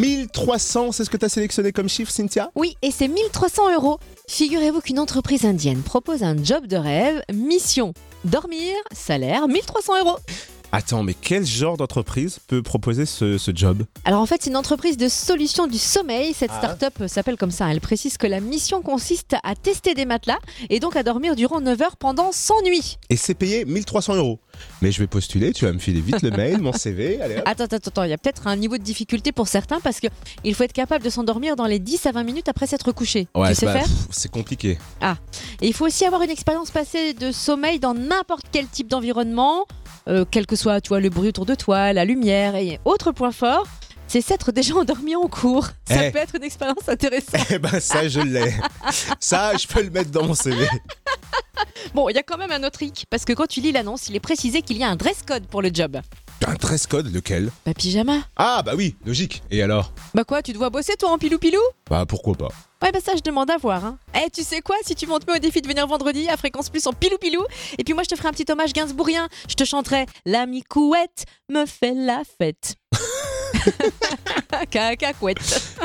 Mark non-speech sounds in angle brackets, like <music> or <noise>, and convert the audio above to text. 1300, c'est ce que tu as sélectionné comme chiffre, Cynthia Oui, et c'est 1300 euros. Figurez-vous qu'une entreprise indienne propose un job de rêve, mission, dormir, salaire, 1300 euros. Attends, mais quel genre d'entreprise peut proposer ce, ce job Alors en fait, c'est une entreprise de solutions du sommeil. Cette Ah. start-up s'appelle comme ça. Elle précise que la mission consiste à tester des matelas et donc à dormir durant 9 heures pendant 100 nuits. Et c'est payé 1300 euros. Mais je vais postuler, tu vas me filer vite le mail, mon CV, allez hop. Attends, attends, attends, il y a peut-être un niveau de difficulté pour certains parce que il faut être capable de s'endormir dans les 10 à 20 minutes après s'être couché. tu sais bah, faire pff, c'est compliqué. Et il faut aussi avoir une expérience passée de sommeil dans n'importe quel type d'environnement, euh, quel que soit tu vois, le bruit autour de toi, la lumière. Et autre point fort, c'est s'être déjà endormi en cours. Ça Eh. peut être une expérience intéressante. <laughs> Eh ben ça, je l'ai. ça, je peux le mettre dans mon CV. <laughs> bon, il y a quand même un autre hic, parce que quand tu lis l'annonce, il est précisé qu'il y a un dress code pour le job. T'as un dress code, lequel Bah, pyjama. Ah bah oui, logique. Et alors Bah quoi, tu te vois bosser toi en pilou-pilou Bah pourquoi pas Ouais, bah ça, je demande à voir. Hein. Eh, tu sais quoi Si tu montes me au défi de venir vendredi à Fréquence Plus en pilou-pilou, et puis moi, je te ferai un petit hommage gainsbourgien. Je te chanterai L'ami <laughs> couette me fait la fête. Caca couette.